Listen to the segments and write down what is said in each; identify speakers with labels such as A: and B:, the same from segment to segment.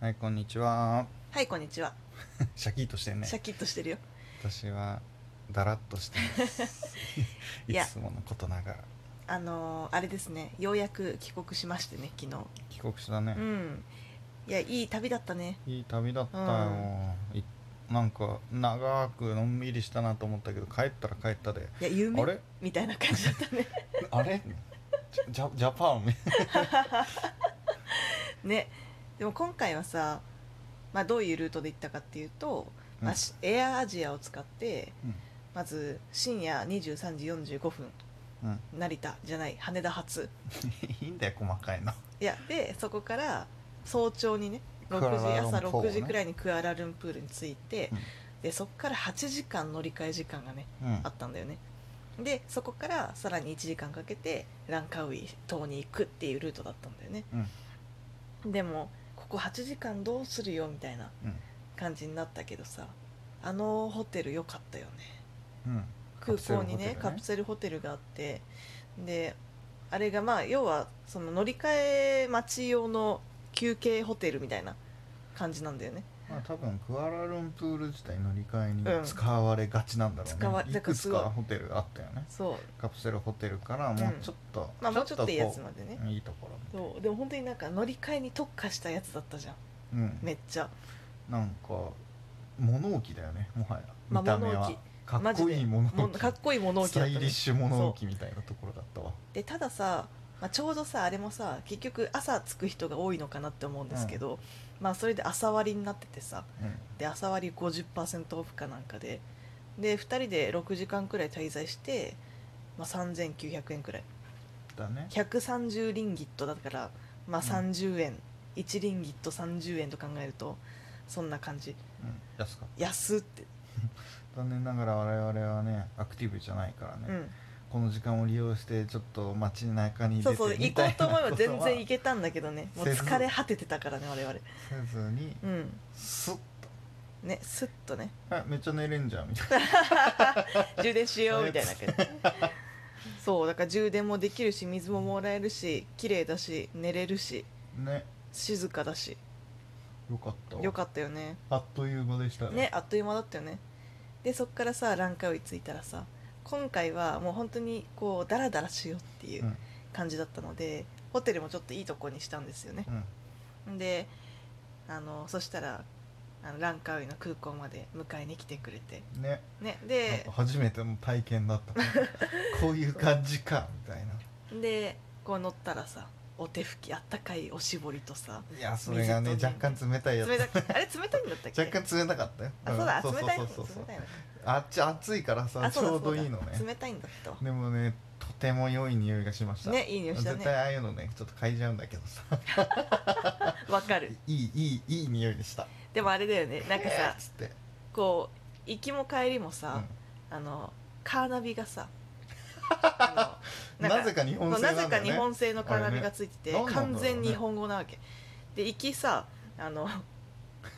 A: はいこんにちは
B: はいこんにちは、
A: シャキッとしてるね
B: シャキッとしてるよ
A: 私はだらっとしてますい
B: いや
A: つものことながら
B: あのーあれですねようやく帰国しましてね昨日
A: 帰国したね
B: う、んいやいい旅だったね
A: いい旅だったよ、いなんか長くのんびりしたなと思ったけど帰ったら帰ったで
B: いや夢
A: あれ
B: みたいな感じだっ たね
A: あれジャジャジャパン
B: ねでも今回はさ、まあ、どういうルートで行ったかっていうと、まあしエアアジアを使って
A: う
B: まず深夜23時45分
A: ん、 うん、
B: 成田じゃない羽田発
A: いいんだよ細かいの
B: いやでそこから早朝にね6
A: クアラルンプ
B: 時
A: ール
B: 朝
A: ね
B: 6時くらいにクアラルンプールに着いて、
A: うん
B: でそこから8時間乗り換え時間がね
A: うん
B: あったんだよねでそこからさらに1時間かけてランカウイ島に行くっていうルートだったんだよね
A: うん
B: でもここ8時間どうするよみたいな
A: うん
B: 感じになったけどさあのホテル良かったよね
A: うん
B: 空港にねカ
A: カ
B: プ
A: プ
B: セルホテルがあってであれがまあ要はその乗り換え待ち用の休憩ホテルみたいな感じなんだよね
A: まあ多分クアラルンプール自体乗り換え
B: うん
A: に使われがちなんだろうね、
B: 使わ
A: い
B: だか
A: く
B: ら
A: つ
B: すごい
A: かホテルあったよね
B: そう
A: カプセルホテルからもうちょっと、
B: まあもうちょっと
A: こ
B: いいやつまでね
A: うんいいところ
B: そうでも本当になんか乗り換えに特化したやつだったじゃん
A: うん、
B: めっちゃ
A: なんか物置だよねもはや
B: まあ
A: 見た目
B: 物
A: は
B: 置
A: かっこいい物
B: もう
A: 置
B: かっこいい物置
A: ス
B: だ
A: タ
B: っ
A: イ
B: た
A: リ
B: ね
A: ッシュ物置みたいなところだったわ
B: でたださ、まあ、ちょうどさあれもさ結局朝着く人が多いのかなって思うんですけど、まあそれで朝割りになっててさ
A: う
B: で朝割り50%オフかなんかでで2人で6時間くらい滞在して、まあ、3900円くらい
A: んだね
B: 130リンギットだから、まあ、
A: うん
B: 30円、1リンギット30円と考えるとそんな感じ
A: うん安かっ
B: 安って
A: た残念ながら我々はねアクティブじゃないからね、
B: うん
A: この時間を利用してちょっと街中に出
B: そう
A: て
B: そう
A: み
B: 行こ
A: たいう
B: と思えば
A: な
B: 全
A: ことは
B: 然行けたんだけどねもう
A: せず
B: 疲れ果ててたからね我々
A: せずに
B: うん
A: スッと
B: ねスッとね
A: あめっちゃ寝れんじゃんみたいな
B: 充電しようみたいな感じ そうだから充電もできるし水ももらえるし綺麗だし寝れるし
A: ね
B: 静かだし
A: よかったわ
B: よかったよね
A: あっという間でした
B: ねあっという間だったよねでそっからさランカウイ着いたらさ今回はもう本当にこうダラダラしようっていううん感じだったので、ホテルもちょっといいとこにしたんですよね
A: うん
B: であのそしたらあのランカウイの空港まで迎えに来てくれて
A: ね
B: ね
A: なん
B: で
A: か初めての体験だ ったこういう感じかみたいな
B: でこう乗ったらさお手拭きあったかいおしぼりとさ
A: いやそれがね
B: 水と
A: 若干冷たいやつ
B: 冷たくあれ冷たいんだったっけ
A: 若干冷たかったよ
B: あそうだ
A: ん
B: 冷た
A: そ
B: いの
A: う
B: 冷
A: そうそう
B: たいの
A: あっち暑いからさ
B: あ
A: ち
B: そうだ
A: ょう
B: そ
A: ど
B: うだ
A: いいのね
B: 冷たいんだったわ
A: でもねとても良い匂いがしました
B: ねいい匂いした
A: 絶対
B: ね
A: ああいうのねちょっと嗅いじゃうんだけどさ
B: わかる
A: いいいいいい匂いでした
B: でもあれだよねなんか
A: えー
B: さ
A: っつって
B: こう行きも帰りも
A: う
B: さ
A: ん、
B: あのカーナビがさあ の
A: なぜか日本
B: そう
A: 製なだ
B: なんぜ
A: よ
B: か
A: ね
B: 日本製のカーナビがついてて、
A: あれねなんなんだろうね
B: 完全日本語なわけで行きさあの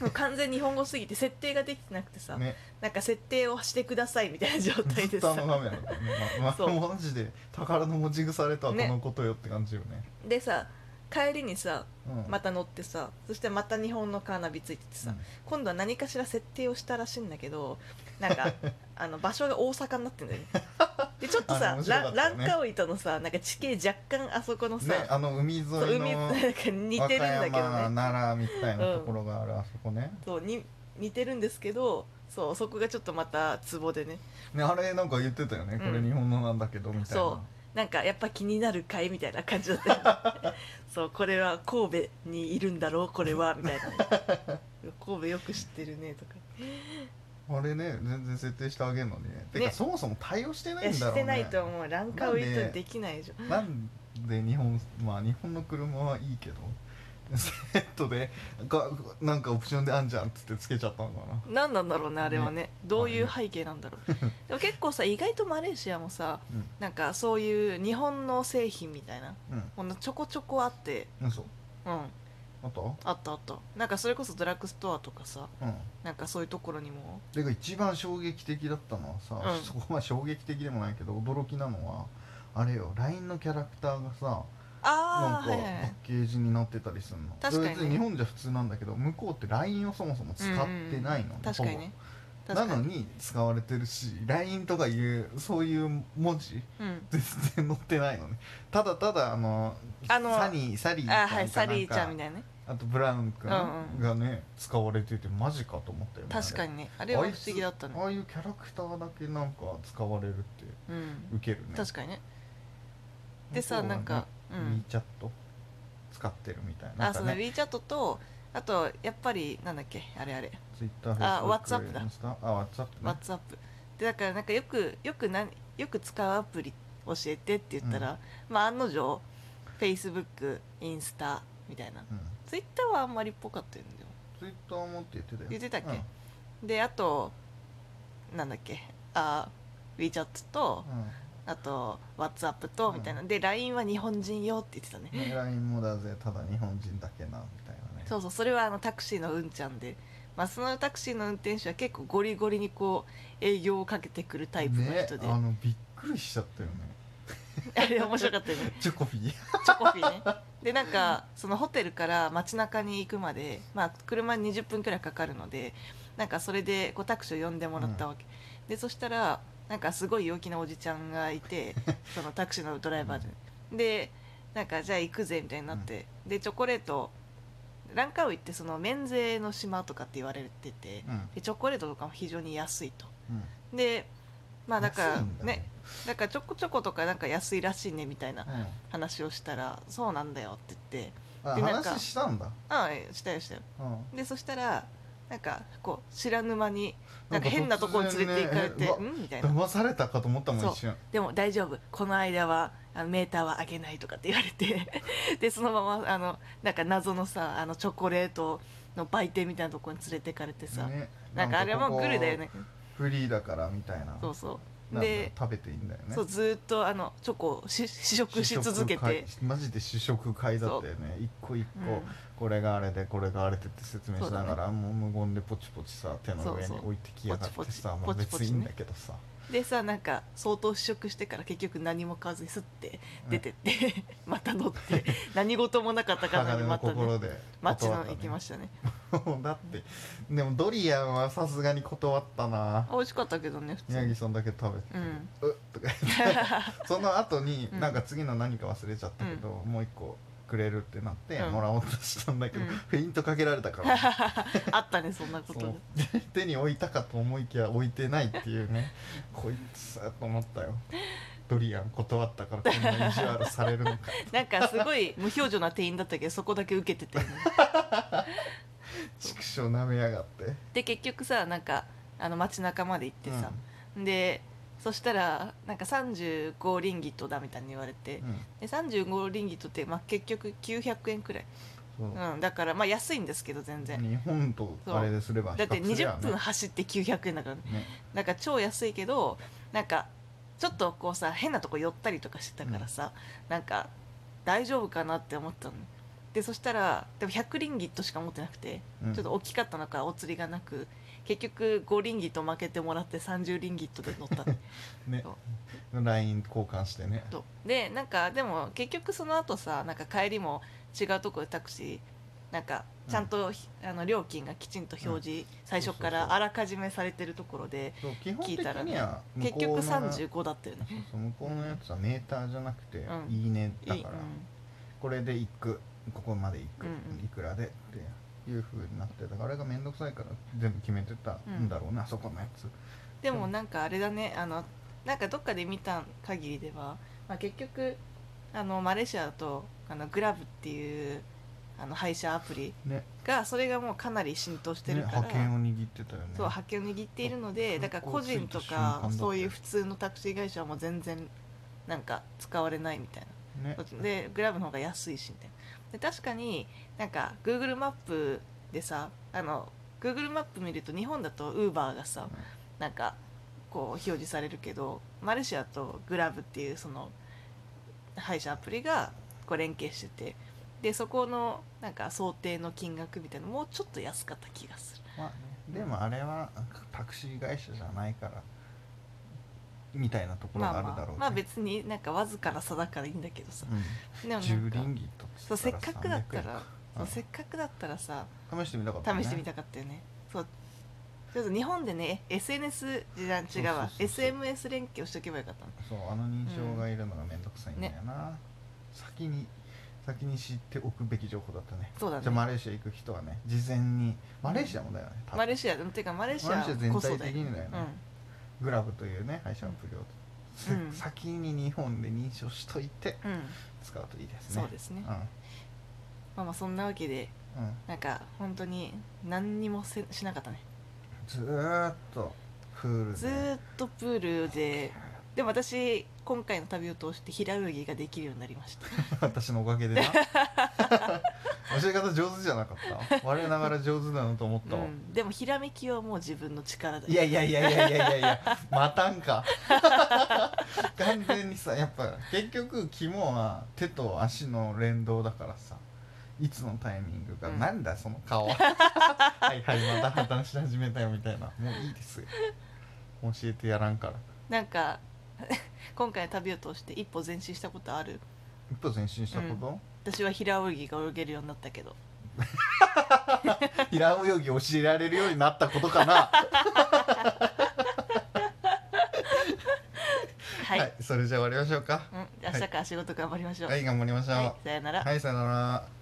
B: もう完全日本語すぎて設定ができてなくてさ、
A: ね
B: なんか設定をしてくださいみたいな状態
A: ず
B: で
A: っと
B: さ
A: あの画面だったね、まま
B: そう
A: マジで宝の持ち腐れとはこ
B: ね
A: のことよって感じよね
B: でさ帰りにさ
A: うん
B: また乗ってさそしてまた日本のカーナビついててさ、
A: うん
B: 今度は何かしら設定をしたらしいんだけどな んかあの場所が大阪になってんだよねでちょっと
A: あれ
B: さ
A: 面白か
B: ラ
A: っ
B: ン
A: た
B: ラ
A: よ
B: ン
A: ね
B: カウイとのさなんか地形若干あそこのさ、
A: ねあの海沿いの
B: そう海 なんか似てるんだ
A: 和
B: け
A: 歌
B: ど
A: 山
B: ね
A: 奈良みたいなところがある、あそこね
B: そうに似てるんですけどそうそこがちょっとまたツボでね
A: ねあれなんか言ってたよね、
B: うん
A: これ日本のなんだけどみたい
B: そ
A: な
B: なんかやっぱ気になるかいみたいな感じだった よねそうこれは神戸にいるんだろうこれはみたいな神戸よく知ってるねとか
A: あれね全然設定してあげるのにねて
B: ね
A: かそもそも対応してないい
B: や
A: ん
B: 知
A: だ
B: っ
A: ろうね
B: てないと思うランカウイ
A: なん
B: ー
A: で
B: トできないでしょ
A: なんで日本まあ日本の車はいいけどセットでがなんかオプションであんじゃんっつってつけちゃったのかな
B: 何なんだろうねあれはねどういう背景なんだろうでも結構さ意外とマレーシアもさ
A: う
B: なんかそういう日本の製品みたいなん
A: うん
B: ものちょこちょこあって
A: うんそう
B: うん
A: あと
B: あったあったなんかそれこそドラッグストアとかさ
A: うん
B: なんかそういうところにも
A: てか一番衝撃的だったのはさ、
B: うん
A: そこは衝撃的でもないけど驚きなのはあれよ LINE のキャラクターがさな
B: あ
A: ん
B: あ
A: かパ
B: はいはいは
A: ッ
B: い
A: ケージになってたりするの
B: 確かにね
A: それって日本じゃ普通なんだけど向こうって LINE をそもそも使ってないの、ね
B: 確かにね
A: ほ
B: 確
A: ぼ
B: か
A: なのに使われてるし LINE とかいうそういう文字
B: うん
A: 全然載ってないのねただただあの
B: あの
A: サニーサリーちゃ
B: あ
A: んか
B: はいサリーちゃんみ
A: な
B: たいなね
A: あとブラウン君
B: うんうん
A: がね、使われててマジかと思ったよね
B: 確か
A: あ
B: にねあ
A: れ
B: れは不思議だった
A: あいつ
B: ね
A: ああいうキャラクターだけなんか使われるって
B: うん
A: ウケるね
B: 確かにねで
A: 向
B: さ
A: こうは
B: なんかう
A: ね
B: ん
A: WeChat 使ってるみたいな
B: あそうだ
A: ね
B: WeChat とあとやっぱりなんだっけあれあれ
A: Twitter
B: あ
A: Facebook
B: WhatsApp だ
A: インスタあ WhatsApp ね
B: WhatsApp でだからなんかよくよくなんよく使うアプリ教えてって言ったら、まあ案の定 Facebook インスタみたいな
A: うん
B: Twitter はあんまりっぽかったよねでも
A: Twitter もって言ってたよ
B: 言ってたっけ
A: うん
B: であとなんだっけあ WeChat とあと WhatsApp とみたいな、で LINE は日本人よって言ってたね
A: うんね LINE もだぜただ日本人だけなみたいなね
B: そうそうそれはあのタクシーのうんちゃんで、まあ、そのタクシーの運転手は結構ゴリゴリにこう営業をかけてくるタイプの人で、
A: ね、あのびっくりしちゃったよね
B: あれ面白かったよね
A: チョコフィー
B: チョコフィーねでなんかそのホテルから街中に行くまで、まあ、車に20分くらいかかるのでなんかそれでこうタクシーを呼んでもらったわけ、でそしたらなんかすごい陽気なおじちゃんが いてそのタクシーのドライバーで、でなんかじゃあ行くぜみたいになって、でチョコレートランカウイってその免税の島とかって言われてて
A: うん
B: でチョコレートとかも非常に安いと
A: うん
B: でまあだか
A: 安い
B: ら
A: んだ
B: ねだからチョコチョコとかなんか安いらしいねみたいな
A: うん
B: 話をしたら「そうなんだよ」って言って
A: あ
B: でなんか
A: 話したんだ、
B: 「ああしたよしたよ
A: うん」
B: でそしたらなんかこう知らぬ間に
A: な
B: なんん
A: か
B: か変なところに連れて行かれて「
A: 突然
B: う
A: ね
B: ん?」みたいな
A: 騙されたかと思ったもん
B: そう
A: 一瞬
B: 「でも大丈夫この間はあのメーターは上げない」とかって言われて でそのままあのなんか謎のさあのチョコレートの売店みたいなところに連れてかれてさ、
A: ね
B: なんかあれもグルだよ
A: なんか
B: ね
A: ここフリーだからみたいな
B: そうそう
A: なん
B: で
A: か、食べていいんだよね
B: そうずーっとあのチョコをし試食し続け
A: 試食会
B: て。
A: マジで試食会だったよね一個一個、
B: うん
A: これがあれでこれがあれでって説明しな
B: そ
A: が
B: う
A: らもう無言でポチポチさ手の上に
B: そうそう
A: 置いてきやがってさ
B: ポチポチ
A: まあ
B: ポチポ
A: 別にい
B: チね
A: いんだけどさ
B: でさなんか相当試食してから結局何も買わずにすって出てって、 また乗って 何事もなかったかのように
A: の
B: またね
A: 心で
B: 街
A: 断
B: の
A: った
B: 行
A: ね
B: きましたね
A: だってでもドリアンはさすがに断ったな
B: あ美味しかったけどね普通
A: 宮
B: に
A: 城さんだけ食べて
B: うん
A: うっとか言ってその後に
B: うん
A: なんか次の何か忘れちゃったけど、もう一個くれるってなって
B: うん
A: もらおうとしたんだけど、
B: うん
A: フェイントかけられたから
B: あったね そんなこ
A: そ
B: と
A: うで手に置いたかと思いきや置いてないっていうね こいつさと思ったよドリアン断ったからこんな意地悪されるのか
B: なんかすごい無表情な店員だったけどそこだけ受けてて、
A: 畜生舐めやがって
B: で結局さなんかあの街中まで行ってさ、でそしたらなんか35リンギットだみたいに言われて
A: うん、うん
B: で35リンギットって、まあ、結局900円くらい、
A: そう
B: うん、だからまあ安いんですけど全然
A: 日本とあれですれば
B: だって
A: 比較すりゃ
B: 20
A: ね
B: 分走って900円だからね
A: ね
B: なんか超安いけどなんかちょっとこうさ変なとこ寄ったりとかしてたからさ、なんか大丈夫かなって思ったのでそしたらでも100リンギットしか持ってなくて
A: うん
B: ちょっと大きかったのかお釣りがなく結局5リンギット負けてもらって30リンギットで 乗ったの
A: ね
B: そ
A: LINE 交換してね
B: とでなんかでも結局その後さなんか帰りも違うとこでタクシーなんかちゃんと、あの料金がきちんと表示、最初か
A: そうそうそ
B: ら
A: う
B: あらかじめされてるところで
A: そう基本的
B: 聞いたら
A: には向
B: 結
A: こうの
B: 局35だったよね
A: そうそう向こうのやつはメーターじゃなくて
B: う
A: 「
B: ん
A: いいね」だ
B: いい
A: からこれで行くここまで行く、
B: うんうん
A: いくらでっていう風になってだからあれが面倒くさいから全部決めてたんだろうね、あそこのやつ
B: でもなんかあれだねあのなんかどっかで見た限りでは、まあ、結局あのマレーシアだとあのグラブっていうあの配車アプリ
A: ね
B: がそれがもうかなり浸透して
A: ね
B: るから、
A: 派遣を握ってたよね
B: そう派遣を握っているので
A: そう
B: だから個人とか
A: 空港着いた瞬間だって
B: そういう普通のタクシー会社はもう全然なんか使われないみたい
A: ね
B: なでグラブの方が安いしみたいなで確かになんか Google マップでさあの Google マップ見ると日本だと Uber がさ、なんかこう表示されるけどマレーシアとグラブっていうその配車アプリがこう連携しててでそこのなんか想定の金額みたいなのもうちょっと安かった気がする
A: まあねでもあれはタクシー会社じゃないからみたいなところ
B: まあ
A: がある
B: ま
A: だろう
B: あ
A: ね
B: まあ別になんかわずかな差だからいいんだけどさ、で
A: う
B: もなんん
A: 10
B: か
A: 輪銀とか
B: そうせっかくだったらそううんせっかくだったらさ
A: 試してみたかったね
B: 試してみたかったよねそうちょっと日本でね SNS 時代違うわ
A: そうそうそう
B: SMS 連携をしとけばよかったの
A: そうあの認証がいるのがめんどくさいんだよな、先に先に知っておくべき情報だったね
B: そうだね
A: じゃあマレーシア行く人はね事前にマレーシアもだよね多分
B: マレーシアでもていうかマレーシ
A: マレ
B: ア
A: ーシア全
B: こそ
A: 体
B: だ
A: 的
B: よ、ね
A: にだよね、グラブというね配車アプリを、せ
B: うん
A: 先に日本で認証しといて
B: うん、うん、
A: 使うといいですね
B: そうですねまあまあそんなわけで
A: うん、うん、
B: なんか本当に何にもせしなかったね
A: ずーっとプールで
B: ずーっとプールででも私今回の旅を通して平泳ぎができるようになりました
A: 私のおかげでな 教え方上手じゃなか った我ながら上手だなと思った
B: う
A: わ、
B: ん、でもひらめきはもう自分の力だ
A: いやいやいやいやいやいやい や待たんか 完全にさやっぱ結局肝は手と足の連動だからさいつのタイミングか、
B: うん
A: なんだその 顔はいはいまた破綻し始めたよみたいなもういいですよ教えてやらんから
B: なんか 今回の旅を通して一歩前進したことある
A: 一歩前進したこと、
B: 私は平泳ぎが泳げるようになったけど
A: 平泳ぎ教えられるようになったことか な
B: はい、
A: それじゃあ終わりましょうか
B: うん、明日から仕事頑張りましょう、
A: はい頑張りましょう
B: はい、さよなら
A: はい、さよなら